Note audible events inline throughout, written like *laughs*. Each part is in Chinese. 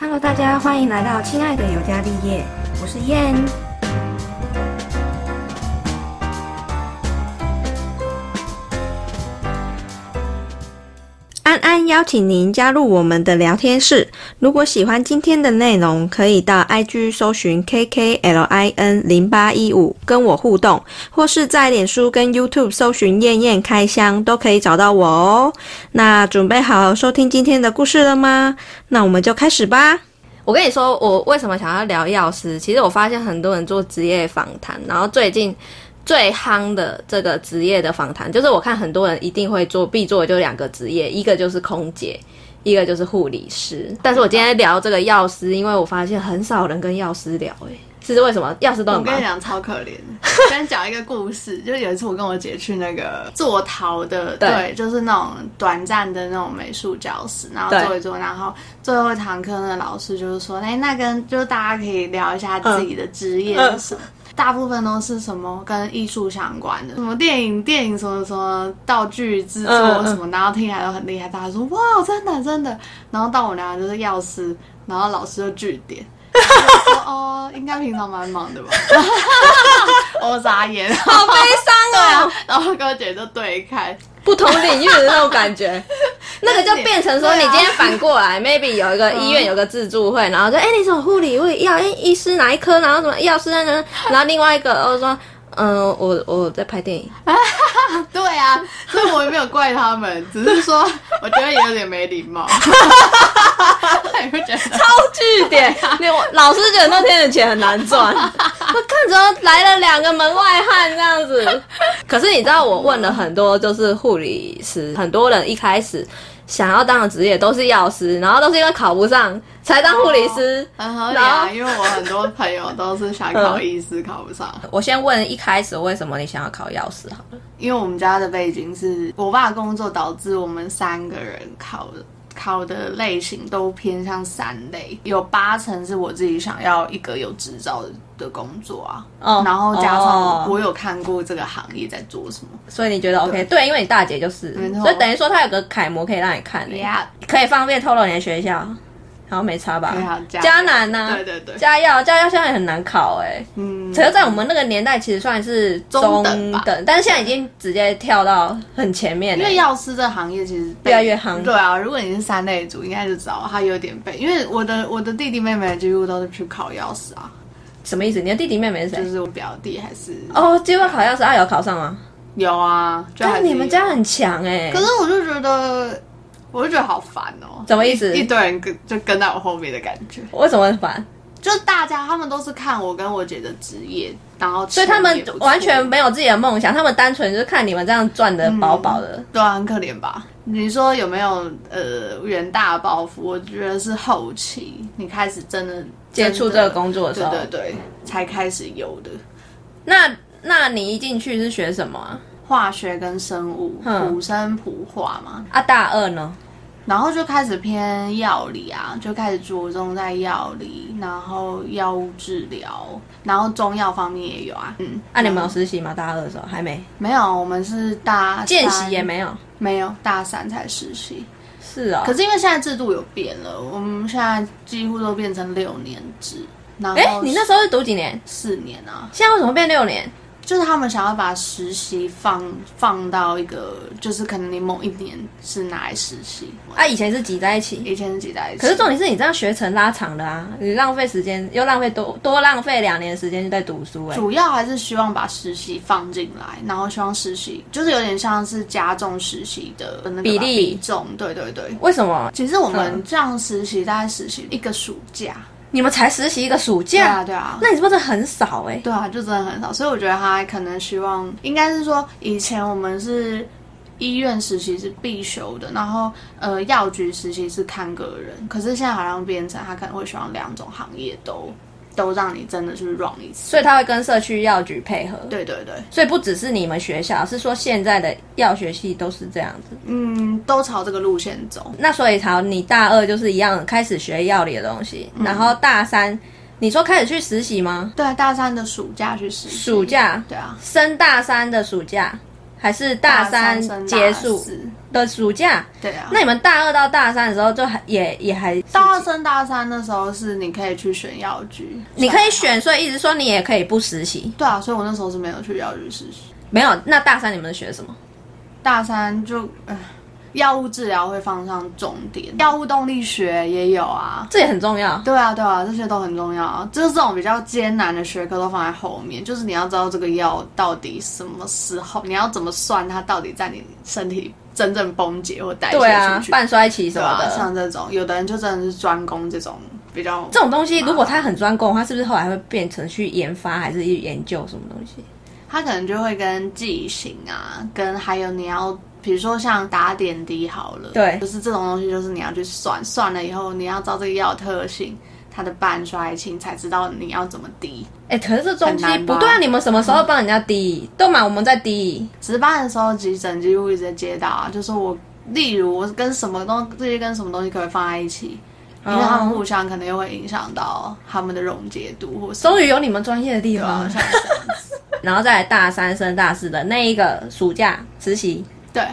Hello，大家欢迎来到《亲爱的尤加利叶》，我是燕。安安邀请您加入我们的聊天室。如果喜欢今天的内容，可以到 IG 搜寻 KKLIN 零八一五跟我互动，或是在脸书跟 YouTube 搜寻“燕燕开箱”，都可以找到我哦。那准备好呃收听今天的故事了吗？那我们就开始吧。我跟你说，我为什么想要聊药师？其实我发现很多人做职业访谈，然后最近最夯的这个职业的访谈，就是我看很多人一定会做必做的就两个职业，一个就是空姐，一个就是护理师。但是我今天聊这个药师，因为我发现很少人跟药师聊、欸，诶，是为什么？药师都我很跟忙你，讲超可怜， *laughs* 先讲一个故事，就是有一次我跟我姐去那个做陶的，对对，就是那种短暂的那种美术教室，然后对做一做，然后最后一堂课呢，老师就是说，哎、那跟就是大家可以聊一下自己的职业嗯是什么。大部分都是什么跟艺术相关的，什么电影、电影什么什么道具制作嗯嗯什么，然后听起来都很厉害，大家说哇，真的真的。然后到我那就是药师，然后老师就据 *laughs* 点，然后就说哦，应该平常蛮忙的吧。 *laughs* 我眨眼，好悲伤哦、 *laughs* 然后跟我姐就对开，不同领域的那种感觉。 *laughs* 那个就变成说，你对啊今天反过来、m a y b e *laughs* 有一个医院有个自助会，然后说，哎、你什么护理会药，哎、医师哪一科，然后什么药师在那，然后另外一个哦说，嗯、我我在拍 *laughs* 电影，对啊，所以我也没有怪他们，只是说我觉得也有点没礼 *laughs* 貌。你不觉得？超据哦点，你 *laughs* 我老师觉得那天的钱很难赚，我看着来了两个门外汉这样子。可是你知道，我问了很多，就是护理师，很多人一开始想要当的职业都是药师，然后都是因为考不上才当护理师。很合理然啊，后因为我很多朋友都是想考医师考不上，我先问一开始为什么你想要考药师好了？因为我们家的背景是我爸工作导致我们三个人考的。考的类型都偏向三类，有八成是我自己想要一个有执照的的工作啊，哦然后加上哦我有看过这个行业在做什么，所以你觉得 OK？对，因为你大姐就是没，错所以等于说她有个楷模可以让你看、欸，呀、可以方便透露你的学校，然后没差吧？对啊加迦南呐、对对对，加药，加药现在也很难考哎、嗯，可是，在我们那个年代，其实算是中中等吧但是现在已经直接跳到很前面了。因为药师这行业其实被越来越夯对啊，如果你是三类组，应该就知道它有点被，因为我的我的弟弟妹妹几乎都是去考药师啊，什么意思？你的弟弟妹妹是就谁？是我表弟还是哦，结果考药师啊，有考上吗？有啊，就还但是你们有家很强哎、可是我就觉得，我就觉得好烦哦、什么意思一堆人跟就跟在我后面的感觉，为什么很烦？就是大家他们都是看我跟我姐的职业，然后所以他钱们也不错完全没有自己的梦想，他们单纯就是看你们这样赚的饱饱的。对啊，很可怜吧？你说有没有呃远大的抱负？我觉得是后期你开始真的接触这个工作的时真候，的对对对，才开始有的那那你一进去是学什么啊？化学跟生物，嗯普生普化嘛，啊，大二呢？然后就开始偏药理啊，就开始着重在药理，然后药物治疗，然后中药方面也有啊，嗯，啊，你们有实习吗？大二的时候还没，没有，我们是大见习三也没有。没有，大三才实习。是哦，可是因为现在制度有变了，我们现在几乎都变成六年制，然哎、后你那时候是读几年？四年啊，现在为什么变六年？就是他们想要把实习放放到一个，就是可能你某一年是拿来实习，啊，以前是挤在一起。以前是挤在一起，可是重点是你这样学程拉长了啊，你浪费时间，又浪费多多浪费两年时间就在读书哎、主要还是希望把实习放进来，然后希望实习就是有点像是加重实习的那个吧比例比重，对对对。为什么？其实我们这样实习，大概实习一个暑假，你们才实习一个暑对假，啊对啊，那你是不是很少哎、对啊，就真的很少，所以我觉得他可能希望，应该是说以前我们是医院实习是必修的，然后呃药局实习是看个人，可是现在好像变成他可能会希望两种行业都都让你真的去 run 一次，所以他会跟社区药局配合。对对对，所以不只是你们学校，是说现在的药学系都是这样子。嗯，都朝这个路线走，那所以曹，你大二就是一样开始学药理的东西，嗯然后大三，你说开始去实习吗？对啊，大三的暑假去实习，暑假对啊，升大三的暑假还是大三升结束四的暑假？对啊。那你们大二到大三的时候就还也也还是大二升大三的时候是你可以去选药局，你可以选，所以一直说你也可以不实习。对啊，所以我那时候是没有去药局实习。没有，那大三你们学什么？大三就，唉药物治疗会放上重点，药物动力学也有啊。这也很重要。对啊，对啊，这些都很重要啊。就是这种比较艰难的学科都放在后面，就是你要知道这个药到底什么时候，你要怎么算它到底在你身体真正崩解或代谢对啊出，去。半衰期什对么啊，的，像这种，有的人就真的是专攻这种比较这种东西如果他很专攻，他是不是后来会变成去研发还是去研究什么东西？他可能就会跟记型啊，跟还有你要，比如说像打点滴好了，对就是这种东西，就是你要去算，算了以后你要照这个药特性，它的半衰期才知道你要怎么滴。哎、可是这东西很难吧不对啊！你们什么时候帮人家滴？都嘛我们在滴，值班的时候急诊几乎一直在接到啊，就说我，例如我跟什么东这些跟什么东西可不可以放在一起，因为他嗯们互相可能又会影响到他们的溶解度或什么。终于有你们专业的地对方啊了。像这样然后再来大三升大四的那一个暑假实习，对，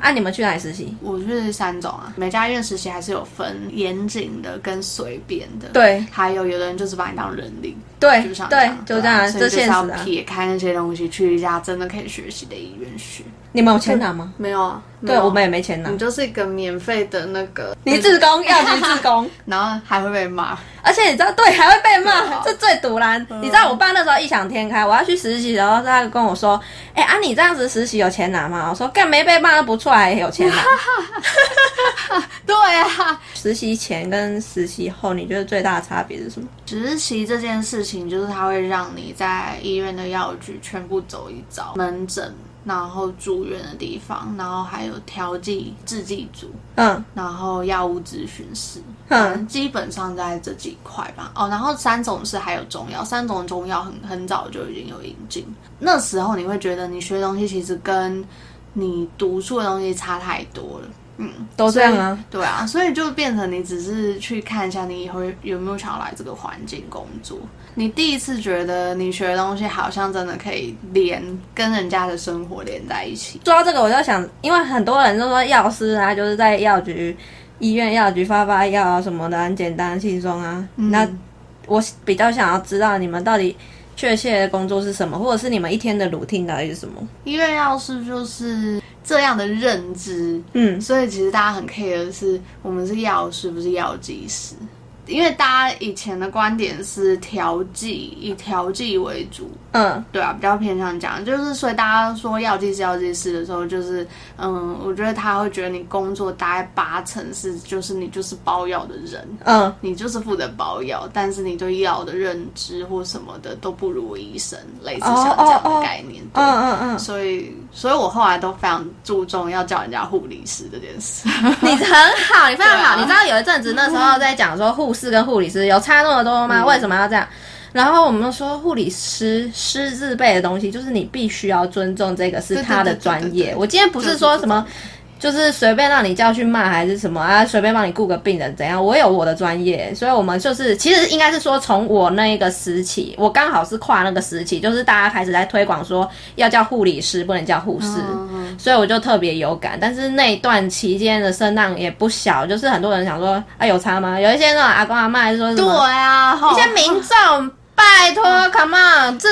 啊，你们去哪里实习？我就是三种啊，每家医院实习还是有分严谨的跟随便的。对还有有的人就是把你当人力，对就像对样，就这对样啊啊，所以这就是现要实啊。撇开那些东西，去一家真的可以学习的医院学。你们有钱拿吗？没有啊，对，我们也没钱拿你。就是一个免费的那个，你自工要去自工，然后还会被骂。而且你知道，对，还会被骂，啊这最毒然。你知道我爸那时候异想天开，我要去实习，然后他跟我说：“哎、啊，你这样子实习有钱拿吗？”我说：“干没被骂都不错，还有钱拿。 *laughs* 对啊，”实习前跟实习后，你觉得最大的差别是什么？实习这件事情就是它会让你在医院的药局全部走一遭，门诊，然后住院的地方，然后还有调剂制剂组，嗯然后药物咨询师，嗯哼，基本上在这几块吧。哦，然后三种是还有中药，三种中药很很早就已经有引进。那时候你会觉得你学的东西其实跟你读书的东西差太多了。嗯，都这样啊所以。对啊，所以就变成你只是去看一下你以后有没有想要来这个环境工作。你第一次觉得你学的东西好像真的可以连跟人家的生活连在一起。说到这个，我就想，因为很多人都说药师啊，就是在药局、医院药局发发药啊什么的，很简单轻松啊。嗯那我比较想要知道你们到底确切的工作是什么，或者是你们一天的 routine 到底是什么？医院药师就是这样的认知，嗯，所以其实大家很 care 的是，我们是药师，不是药剂师。因为大家以前的观点是调剂，以调剂为主，嗯，对啊，比较偏向讲，就是所以大家说药剂师、药剂师的时候，就是嗯，我觉得他会觉得你工作大概八成是就是你就是包药的人， *laughs* 嗯，你就是负责包药，但是你对药的认知或什么的都不如医生，类似像这样哦哦哦的概念，对。嗯 *laughs* 嗯所以，所以我后来都非常注重要叫人家护理师这件事。嗯，你很好，你非常好。对啊你知道有一阵子那时候在讲说护士跟护理师有差那么多嗯吗？为什么要这样？然后我们就说护理师师字辈的东西，就是你必须要尊重这个是对对他的对对专对业。对我今天不是说什么。就是随便让你叫去骂还是什么啊，随便帮你雇个病人怎样？我有我的专业，所以我们就是其实应该是说，从我那个时期，我刚好是跨那个时期，就是大家开始在推广说要叫护理师，不能叫护士，嗯所以我就特别有感。但是那一段期间的声浪也不小，就是很多人想说啊有差吗？有一些那种阿公阿妈还说什 *laughs* 对么啊，一一些民众，拜托，come 嗯 on，这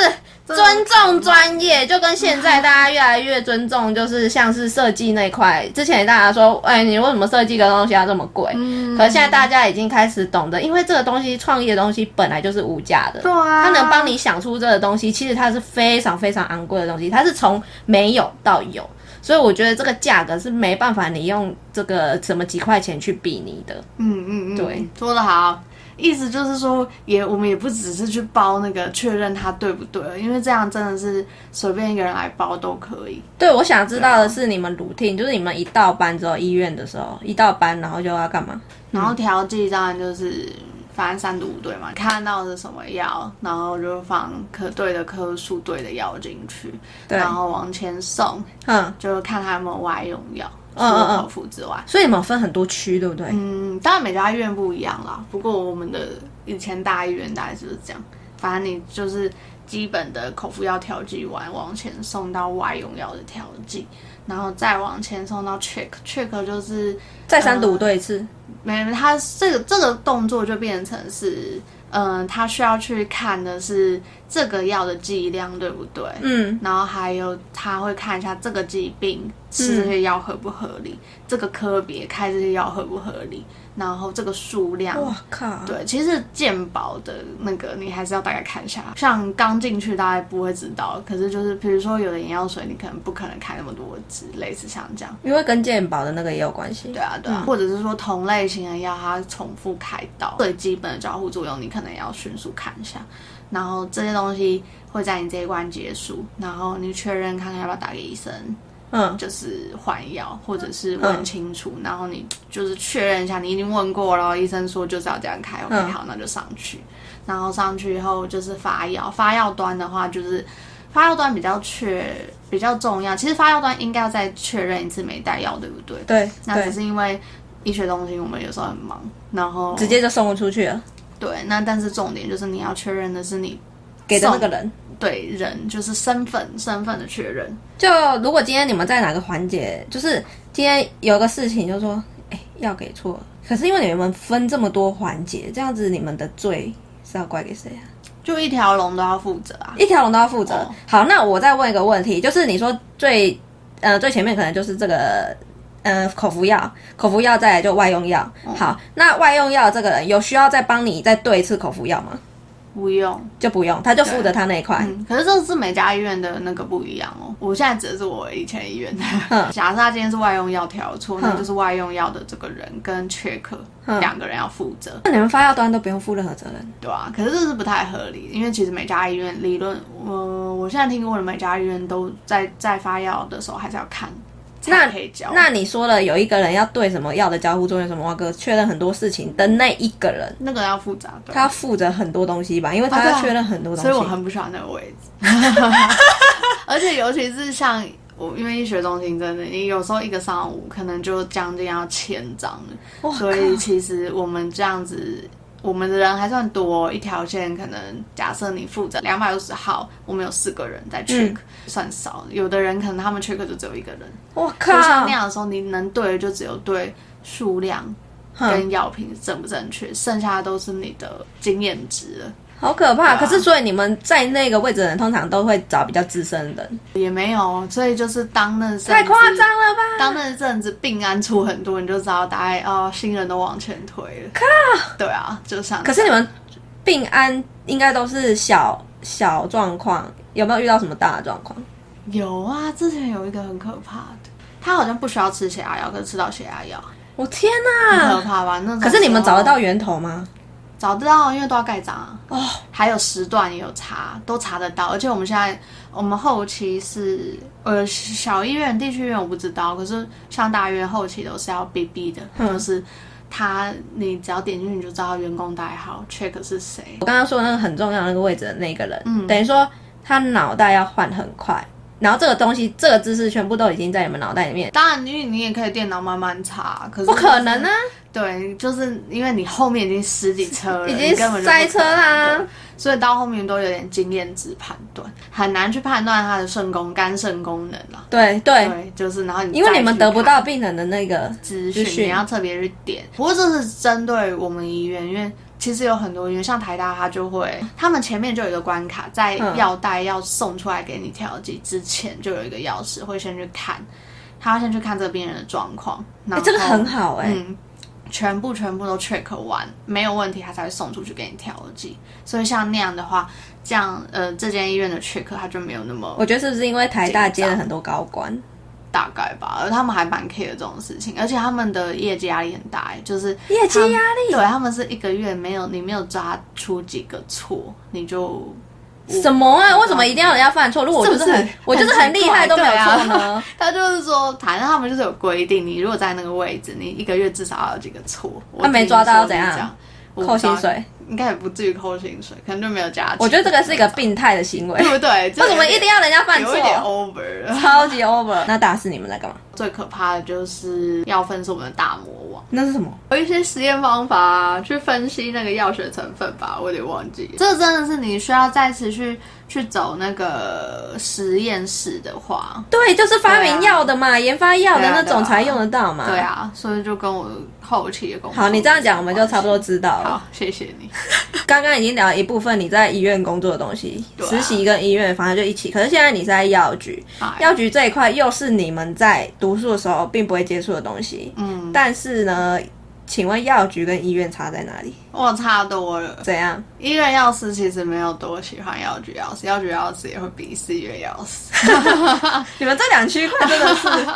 尊重专业，就跟现在大家越来越尊重，就是像是设计那一块，之前大家说，哎，你为什么设计个东西要这么贵？嗯可是现在大家已经开始懂得，因为这个东西创意的东西本来就是无价的，对啊，它能帮你想出这个东西，其实它是非常非常昂贵的东西，它是从没有到有。所以我觉得这个价格是没办法你用这个什么几块钱去比拟的，嗯嗯嗯，对，说的好。意思就是说，也我们也不只是去包那个确认它对不对，因为这样真的是随便一个人来包都可以。对，我想知道啊的是你们 routine，就是你们一到班之后，医院的时候一到班，然后就要干嘛？然后调剂当然就是反正三毒五对嘛，看到是什么药，然后就放可对的颗数对的药进去，对然后往前送，嗯，就看他有没有外用药，除嗯嗯了口服之外。所以你们有分很多区，对不对？嗯，当然每家医院不一样啦。不过我们的以前大医院大概就是这样，反正你就是基本的口服药调剂完，往前送到 Y 用药的调剂，然后再往前送到 check，check 就是再三呃读对一次，没他这个这个动作就变成是，嗯、他需要去看的是这个药的剂量对不对，嗯，然后还有他会看一下这个疾病吃这些药合不合理，这个科别开这些药合不合理，然后这个数量。哇靠，对，其实健保的那个你还是要大概看一下，像刚进去大概不会知道，可是就是比如说有的眼药水，你可能不可能开那么多支，类似像这样。因为跟健保的那个也有关系，对啊，对啊，或者是说同类型的药，它重复开刀，最基本的交互作用，你可能也要迅速看一下。然后这些东西会在你这一关结束，然后你确认看看要不要打给医生，嗯，就是换药，或者是问清楚，然后你就是确认一下，你已经问过了，医生说就是要这样开，OK，、嗯好，那就上去。然后上去以后就是发药，发药端的话就是发药端比较确比较重要，其实发药端应该要再确认一次没带药，对不对？对那只对，是因为医学中心我们有时候很忙，然后直接就送出去了，对，那但是重点就是你要确认的是你给的那个人。对人，就是身份身份的确认。就如果今天你们在哪个环节，就是今天有个事情，就说，哎、药给错了，可是因为你们分这么多环节，这样子你们的罪是要怪给谁啊？就一条龙都要负责啊，一条龙都要负责。哦好，那我再问一个问题，就是你说最呃最前面可能就是这个呃口服药，口服药再来就外用药。哦好，那外用药这个人有需要再帮你再对一次口服药吗？不用。就不用，他就负责他那一块。嗯，可是这是每家医院的那个不一样哦。我现在指的是我以前医院的。嗯假设他今天是外用药调错，那就是外用药的这个人跟缺克嗯两个人要负责。那你们发药端都不用负任何责任，对啊，可是这是不太合理，因为其实每家医院理论，我、我现在听过的每家医院都在在发药的时候还是要看，那才可以交。那你说了有一个人要对什么药的交互作用什么哇哥确认很多事情的那一个人，那个要复杂，对他要负责很多东西吧，因为他啊对要啊确认很多东西。所以我很不喜欢那个位置， *laughs* 而且尤其是像我，因为医学中心真的，你有时候一个上午可能就将近要千张了，哇所以靠其实我们这样子。我们的人还算多，一条线可能假设你负责两百五十号，我们有四个人在嗯 check，、算少。有的人可能他们 check 就只有一个人，我就像靠那，样的时候，你能对的就只有对数量哼跟药品正不正确，剩下的都是你的经验值了。好可怕！对啊可是所以你们在那个位置的人通常都会找比较资深的人，也没有，所以就是当那阵子太夸张了吧？当那阵子病安出很多，你就知道大概哦，新人都往前推了。对啊，就像可是你们病安应该都是小小状况，有没有遇到什么大的状况？有啊，之前有一个很可怕的，他好像不需要吃血压药，可是吃到血压药，我天很哪、可怕吧？那种啊嗯可是你们找得到时候源头吗？找得到，因为都要盖章啊。哦，还有时段也有查，都查得到。而且我们现在，我们后期是呃小医院、地区医院我不知道，可是像大医院后期都是要 BB 的，嗯就是他你只要点进去你就知道员工代号，check 是谁。我刚刚说的那个很重要的那个位置的那个人，嗯等于说他脑袋要换很快，然后这个东西这个知识全部都已经在你们脑袋里面，当然，因为你也可以电脑慢慢查，可是不可能啊，对，就是因为你后面已经十几车了，已你经根本就不塞车可能啦、对所以到后面都有点经验值判断，很难去判断他的肾功肝肾功能了。对对，对，就是然后你哎因为再你们去得不看到病人的那个资资讯讯，你要特别去点。不过这是针对我们医院，因为其实有很多医院，像台大，它就会，他们前面就有一个关卡，在嗯药袋要送出来给你调剂之前，就有一个药师会先去看，他要先去看这个病人的状况，然哎，后、这个很好哎、嗯。全部全部都 check 完，没有问题，他才会送出去给你调剂。所以像那样的话，这样呃，这间医院的 check 他就没有那么我觉得是不是因为台大接了很多高官？大概吧，而他们还蛮 care 这种事情，而且他们的业绩压力很大、欸，就是业绩压力，对他们是一个月没有你没有抓出几个错，你就什么啊？为什么一定要人家犯错？如果我就是是不是很我就是很厉害很奇怪都没有错对呢？他就是说，反正他们就是有规定，你如果在那个位置，你一个月至少要有几个错，我那没抓到听说是怎样这样？我不 *laughs* 扣知道薪，水？应该也不至于扣薪水，可能就没有加钱。我觉得这个是一个病态 *laughs* 的行为对，不对？为什么一定要人要人家犯 *laughs* 有一点错？ over 了？ *laughs* 超级 over。那大四你们在干嘛？最可怕的就是药分是我们的大魔王。那是什么？有一些实验方法、啊去分析那个药学成分吧，我有点忘记。这真的是你需要再次去去走那个实验室的话，对，就是发明药的嘛，研发药的对啊那种对啊才用得到嘛。对啊，所以就跟我后期的工作。好，你这样讲我们就差不多。知道了。好，谢谢你。刚刚已经聊了一部分你在医院工作的东西，对啊实习跟医院反正就一起。可是现在你是在药局，哎药局这一块又是你们在读书的时候并不会接触的东西。嗯，但是呢，请问药局跟医院差在哪里？我差多了。怎样？医院药师其实没有多喜欢药局药师，药局药师也会鄙视医院药师。你们这两区块真的是 *laughs*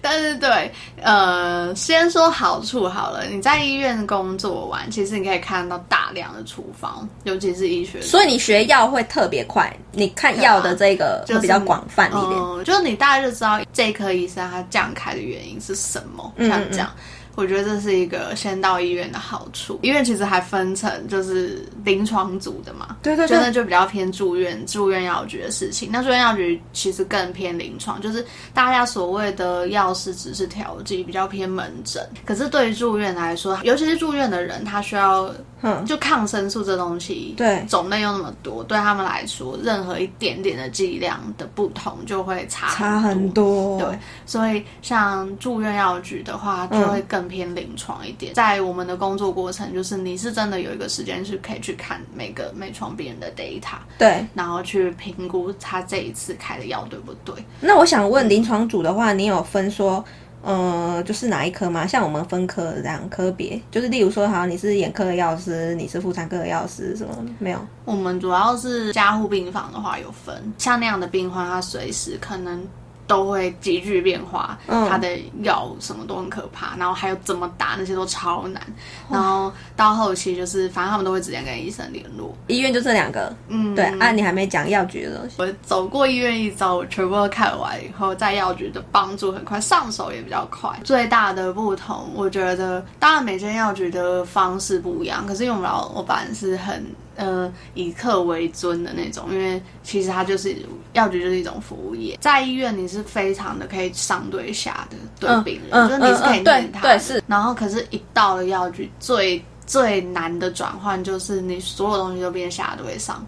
但是对，呃，先说好处好了。你在医院工作完，其实你可以看到大量的处方，尤其是医学。所以你学药会特别快，你看药的这 *laughs* 个对啊会比较广泛一点。嗯，就是你大概就知道这科医生他这样开的原因是什么，嗯像这样。我觉得这是一个先到医院的好处。医院其实还分成就是临床组的嘛，对对真对的，就比较偏住院住院药局的事情。那住院药局其实更偏临床，就是大家所谓的药师只是调剂，比较偏门诊。可是对于住院来说，尤其是住院的人，他需要嗯，就抗生素这东西，对种类又那么多，对他们来说，任何一点点的剂量的不同就会差差很很。多。对，所以像住院药局的话，就嗯会更偏临床一点。在我们的工作过程，就是你是真的有一个时间是可以去看每个每床病人的 data，对，然后去评估他这一次开的药对不对。那我想问临床组的话，你有分说，呃，就是哪一科吗？像我们分科这样科别，就是例如说，好，你是眼科的药师，你是妇产科的药师，什么没有？我们主要是加护病房的话有分，像那样的病患，他随时可能都会急剧变化，嗯他的药什么都很可怕，然后还有怎么打那些都超难，然后到后期就是，反正他们都会直接跟医生联络。医院就这两个，嗯，对，啊，你还没讲药局的东西。我走过医院一遭，我全部都看完以后，在药局的帮助很快，上手也比较快。最大的不同，我觉得，当然每间药局的方式不一样，可是因为我们老我板是很呃以客为尊的那种，因为其实它就是药局就是一呃种服务业，在医院你是非常的可以上对下的对病人，嗯就是你是可以嗯嗯对念他的、对是然后可是，一到了药局最。最难的转换就是你所有东西都变下对上，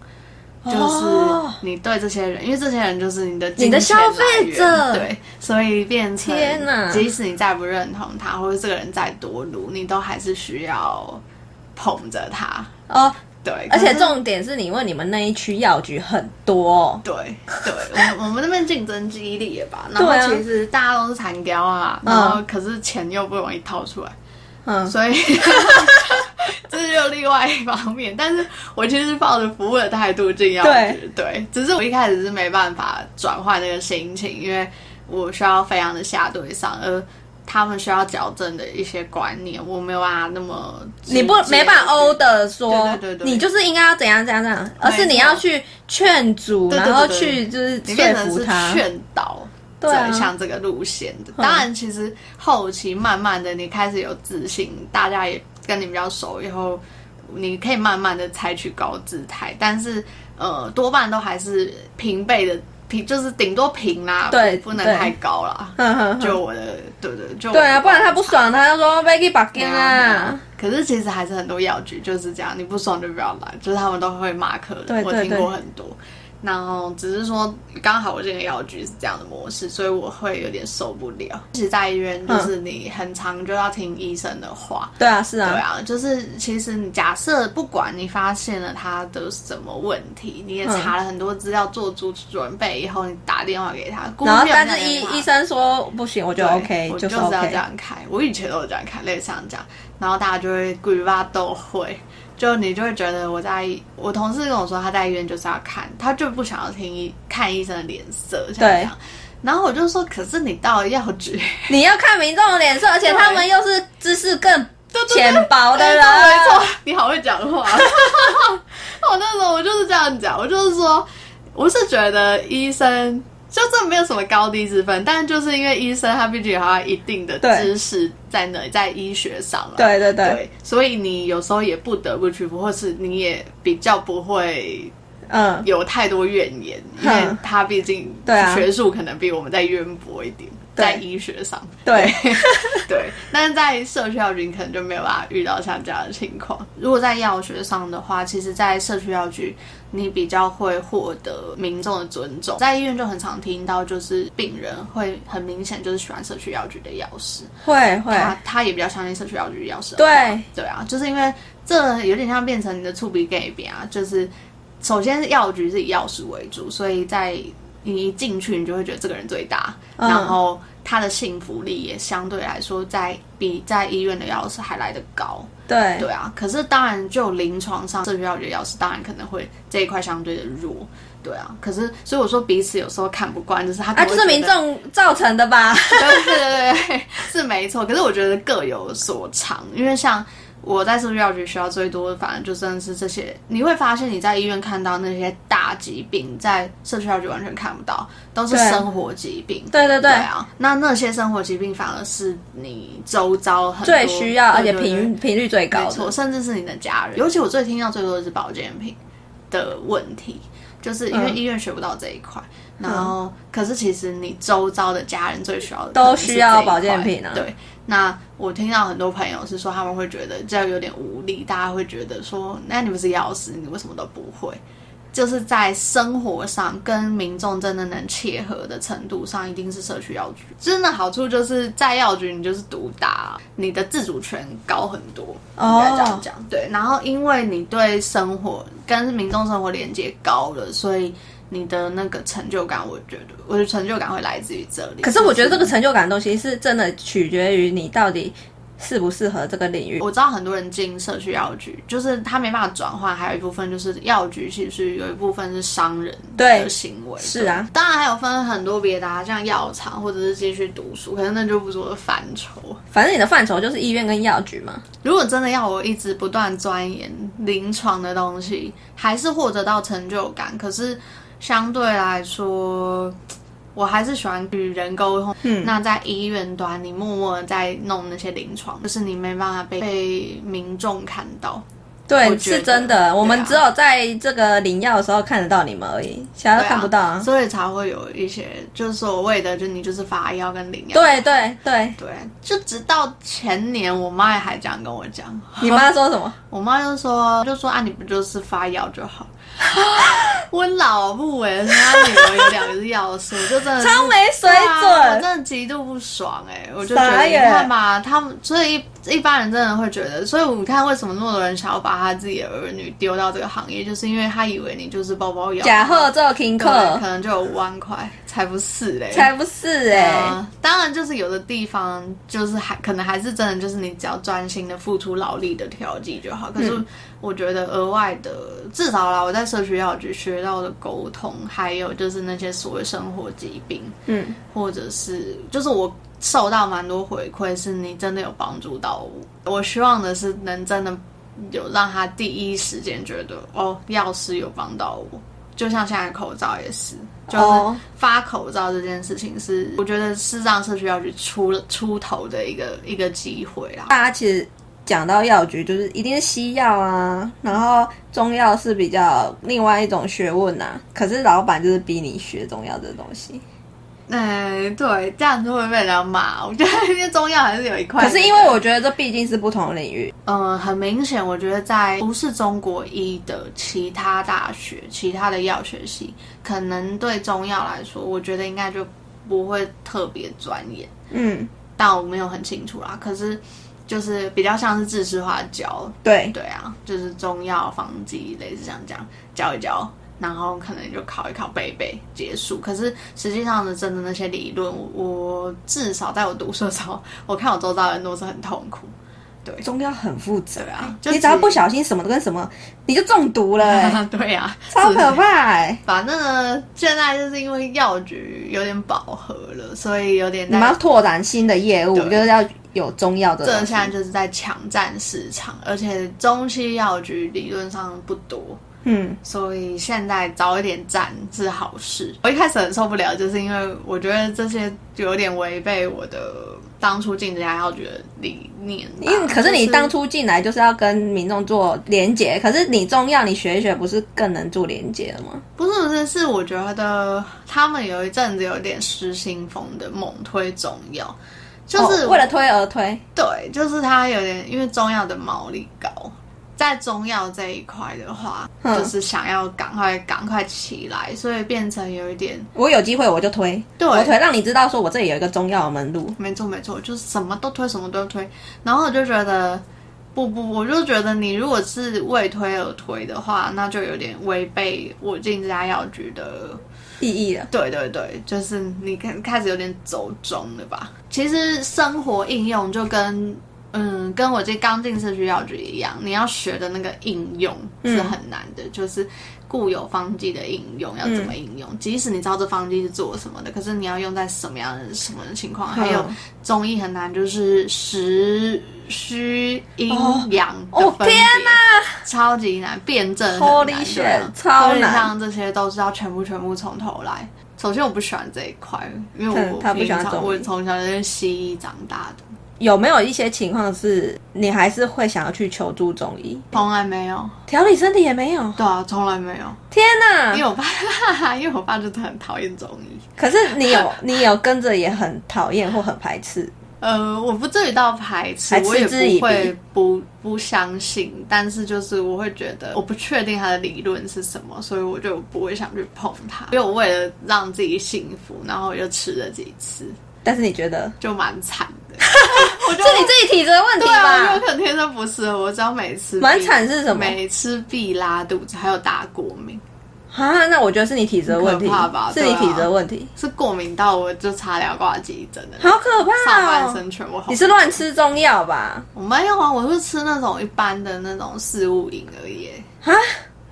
就是你对这些人，因为这些人就是你的哦金钱你的消费者来源对，所以变成天哪即使你再不认同他，或者这个人再多撸，你都还是需要捧着他，哦，对，而且可是重点是你问你们那一区药局很多、哦，对对，我们我 *laughs* 们那边竞争激烈吧，然对啊后其实大家都是残雕啊，嗯然后可是钱又不容易掏出来，嗯，所以 *laughs* 这就另外一方面。但是我其实是抱着服务的态度进药局，对，只是我一开始是没办法转换这个心情，因为我需要非常的下对上，而他们需要矫正的一些观念，我没有办法那么直接你不没办法欧的说对，对对对你就是应该要怎样怎样怎样，而是你要去劝阻，对对对然后对去就是说你变成服是他。劝导。对啊嗯像这个路线的，当然，其实后期慢慢的，你开始有自信，大家也跟你比较熟以后，你可以慢慢的采取高姿态，但是呃，多半都还是平辈的平，就是顶多平啦，对不不能对太高啦。哼哼哼就我的，对对，就我的对啊，不然他不爽，他就说 Becky 把对 n 啊啊。。可是其实还是很多药局就是这样，你不爽就不要来，就是他们都会骂客人，对对我听过很多。然后只是说，刚好我这个药局是这样的模式，所以我会有点受不了。其实，在医院就是你很常就要听医生的话，对啊，是对啊，啊，就是其实你假设不管你发现了他的什么问题，你也查了很多资料，做足准备以后，你打电话给他，嗯然后估计但没有是人医打医生说不行，我就对 OK，我是要这 OK。样开。我以前都有这样开，类似像这样，然后大家就会鬼巴都会，就你就会觉得我在我同事跟我说他在医院就是要看，他就不想要听医看医生的脸色，像这样。然后我就说，可是你到了药局，你要看民众的脸色，而且对他们又是知识更浅 *laughs* 薄的人，没错，你好会讲话。 *laughs* 我那时候我就是这样讲，我就是说，我是觉得医生就这没有什么高低之分，但就是因为医生他毕竟有他一定的对知识在那里，在医学上了，对对对对，所以你有时候也不得不屈服，或是你也比较不会嗯，有太多怨言，因哼为他毕竟对啊学术可能比我们再渊博一点。在对医学上，对，对， *laughs* 但是在社区药局你可能就没有办法遇到像这样的情况。如果在药学上的话，其实，在社区药局你比较会获得民众的尊重，在医院就很常听到，就是病人会很明显就是喜欢社区药局的药师，会会，他他也比较相信社区药局的药师。对对啊，就是因为这有点像变成你的触鼻 gay 边啊，就是首先是药局是以药师为主，所以在你一进去，你就会觉得这个人最大，嗯然后他的幸福力也相对来说在比在医院的药师还来得高。对对啊，可是当然就临床上社区药局的药师当然可能会这一块相对的弱。对啊，可是所以我说彼此有时候看不惯，就是他可啊，能就会是民觉得众造成的吧？ *laughs* 对对对对，是没错。可是我觉得各有所长，因为像我在社区药局学到最多的，反正就真的是这些。你会发现你在医院看到那些大疾病，在社区药局完全看不到，都是对生活疾病。对对对，啊，那那些生活疾病反而是你周遭很多最需要，而且。对对对频频率最没高错，的。甚至是你的家人。尤其我最听到最多的是保健品的问题，就是因为嗯医院学不到这一块。然后，可是其实你周遭的家人最需要的都可能是需要这一块保健品啊对，那我听到很多朋友是说他们会觉得这样有点无力，大家会觉得说，那你不是药师，你为什么都不会？就是在生活上跟民众真的能切合的程度上，一定是社区药局。真的好处就是在药局你就是独打，你的自主权高很多。应哦该这样讲。对，然后因为你对生活跟民众生活连接高了，所以你的那个成就感，我觉得我的成就感会来自于这里。可是我觉得这个成就感的东西是真的取决于你到底适不适合这个领域。我知道很多人进社区药局，就是他没办法转换，还有一部分就是药局其实有一部分是商人对的行为。是啊，当然还有分很多别的、啊，像药厂或者是继续读书，可是那就不是我的范畴。反正你的范畴就是医院跟药局嘛。如果真的要我一直不断钻研临床的东西，还是获得到成就感，可是相对来说。我还是喜欢与人沟通。嗯，那在医院端，你默默的在弄那些临床，就是你没办法被被民众看到。对，我觉得啊是真的。我们只有在这个领药的时候看得到你们而已，其他都对啊看不到啊。所以才会有一些就是所谓的，就你就是发药跟领药。对对对，对，就直到前年，我妈也还这样跟我讲。你妈说什么？我妈就说，就说啊，你不就是发药就 *laughs* 好。我老欸不为人家女儿有两个是药师，我就真的是超没水对啊我准。真的极度不爽哎、我就觉得傻你眼看吧，他们所以一一般人真的会觉得，所以你看为什么那么多人想要把他自己的儿女丢到这个行业，就是因为他以为你就是包包药，假贺这听对课可能就有五万块，才不是嘞，才不是哎、啊当然就是有的地方就是还可能还是真的就是你只要专心的付出劳力的调剂就好。可是嗯我觉得额外的，至少啦，我在社区药局学到的沟通，还有就是那些所谓生活疾病，嗯，或者是就是我受到蛮多回馈，是你真的有帮助到我。我希望的是能真的有让他第一时间觉得哦，药师有帮到我。就像现在口罩也是，就是哦发口罩这件事情是，我觉得是让社区药局出出头的一个一个机会啦。大家啊其实讲到药局，就是一定是西药啊，然后中药是比较另外一种学问呐、啊。可是老板就是逼你学中药这东西。哎，对，这样就会被人家骂。我觉得因为中药还是有一块，可是因为我觉得这毕竟是不同领域，嗯，很明显，我觉得在不是中国医的其他大学、其他的药学系，可能对中药来说，我觉得应该就不会特别钻研，嗯，但我没有很清楚啦。可是就是比较像是制式化教，对，对啊，就是中药、方剂类似像这样教一教，然后可能就考一考背一背结束。可是实际上呢，真的那些理论，我我至少在我读书的时候，我看我周遭的人都是很痛苦。中药很复杂对啊就你只要只不小心什么跟什么，你就中毒了、欸， *laughs* 对呀、啊，超是不是可怕哎、反正呢，现在就是因为药局有点饱和了，所以有点你们要在拓展新的业务，对就是要有中药的这东现西。在就是在抢占市场，而且中西药局理论上不多，嗯，所以现在早一点站是好事。我一开始很受不了，就是因为我觉得这些有点违背我的当初进这家药局的理念吧。因为可是你啊就当初进来就是要跟民众做连结，可是你中药你学一学，不是更能做连结了吗？不是不是，是我觉得他们有一阵子有点失心疯的猛推中药，就是、哦为了推而推，对，就是它有点因为中药的毛利高，在中药这一块的话，嗯就是想要赶快赶快起来，所以变成有一点我有机会我就推，对我推让你知道说我这里有一个中药的门路。没错没错，就是什么都推，什么都推。然后我就觉得，不不，我就觉得你如果是为推而推的话，那就有点违背我进这家药局的。意义了，对对对，就是你看开始有点走中了吧？其实生活应用就跟嗯，跟我这刚进社区药局一样，你要学的那个应用是很难的，就是固有方剂的应用要怎么应嗯用，即使你知道这方剂是做什么的，可是你要用在什么样的什么情况，还有嗯中医很难，就是实虚阴阳的哦分别，天超级难辩证很难 Holy 对啊 shit，超所以难像这些都是要全部全部从头来。首先我不喜欢这一块，因为我嗯他不平喜欢常中医我从小就是西医长大的，有没有一些情况是你还是会想要去求助中医从来没有，调理身体？也没有，对啊，从来没有，天哪因！为我爸， *laughs* 因为我爸就是很讨厌中医。可是你有你有跟着也很讨厌或很排斥，呃，我不至于到排斥还，我也嗤之以鼻不会不不相信，但是就是我会觉得我不确定他的理论是什么，所以我就不会想去碰它。因为我为了让自己幸福，然后我就吃了几次，但是你觉得就蛮惨的。是你自己体质的问题对啊，我吧？有可能天生不适合，我只要每次蛮惨是什么每吃必拉肚子，还有打过敏，啊，那我觉得是你体质的问题很可怕吧，是你对啊体质的问题，是过敏到我就差点要挂急诊的那种，好可上怕半哦！身全部红。你是乱吃中药吧？我没有啊，我是吃那种一般的那种四物饮而已，啊，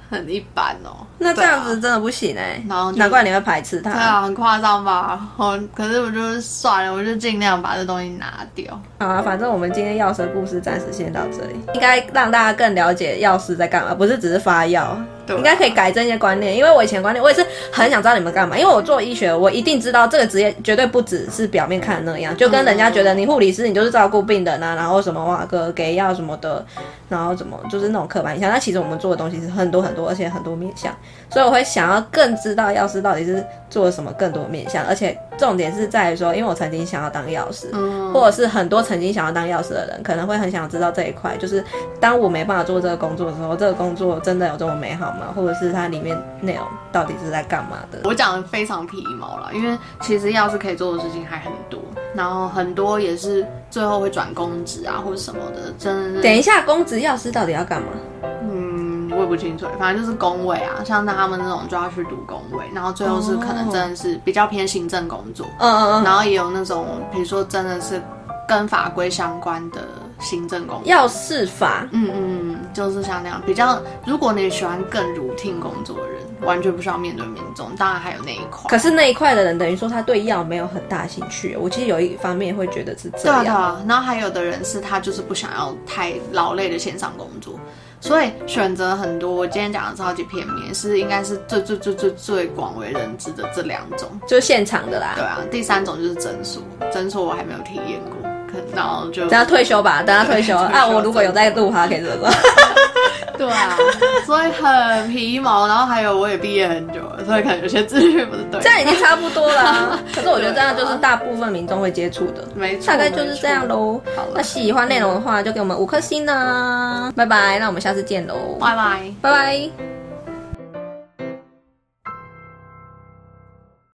很一般哦。那这样子对啊。真的不行哎、然后就难怪你会排斥它。对啊，很夸张吧？我可是我就算了，我就尽量把这东西拿掉。好啊，反正我们今天药师故事暂时先到这里，应该让大家更了解药师在干嘛，不是只是发药，对啊应该可以改正一些观念。因为我以前观念，我也是很想知道你们干嘛，因为我做医学，我一定知道这个职业绝对不只是表面看的那嗯样，就跟人家觉得你护理师，你就是照顾病人啊，然后什么哇哥给药什么的，然后怎么就是那种刻板印象。那其实我们做的东西是很多很多，而且很多面向，所以我会想要更知道药师到底是做了什么更多面向，而且重点是在于说，因为我曾经想要当药师，嗯，或者是很多曾经想要当药师的人，可能会很想知道这一块，就是当我没办法做这个工作的时候，这个工作真的有这么美好吗？或者是它里面内容到底是在干嘛的？我讲的非常皮毛了，因为其实药师可以做的事情还很多，然后很多也是最后会转公职啊或者什么的，真的是等一下，公职药师到底要干嘛？嗯，我也不清楚，反正就是工位啊，像他们那种就要去读工位，然后最后是可能真的是比较偏行政工作，嗯嗯嗯，然后也有那种，比如说真的是跟法规相关的行政工作。药事法嗯嗯，嗯就是像那样比较。如果你喜欢更 routine 工作的人，完全不需要面对民众，当然还有那一块。可是那一块的人，等于说他对药没有很大兴趣。我其实有一方面会觉得是这对啊样，对啊，然后还有的人是他就是不想要太劳累的线上工作，所以选择很多。我今天讲的超级片面，是应该是最最最最最广为人知的这两种。就是现场的啦对。啊，第三种就是诊所，诊所我还没有体验过，可能然后就等他退休吧，等他退休对退休啊！我如果有在录他，可以怎么？对啊，所以很皮毛。然后还有我也毕业很久了，所以可能有些资讯不是对 *laughs* 的。这样已经差不多啦、可是我觉得这样就是大部分民众会接触的。没错，大概就是这样喽。喽。好了那喜啊欢内容的话，就给我们五颗星啦、拜拜，那我们下次见喽，拜拜。拜拜。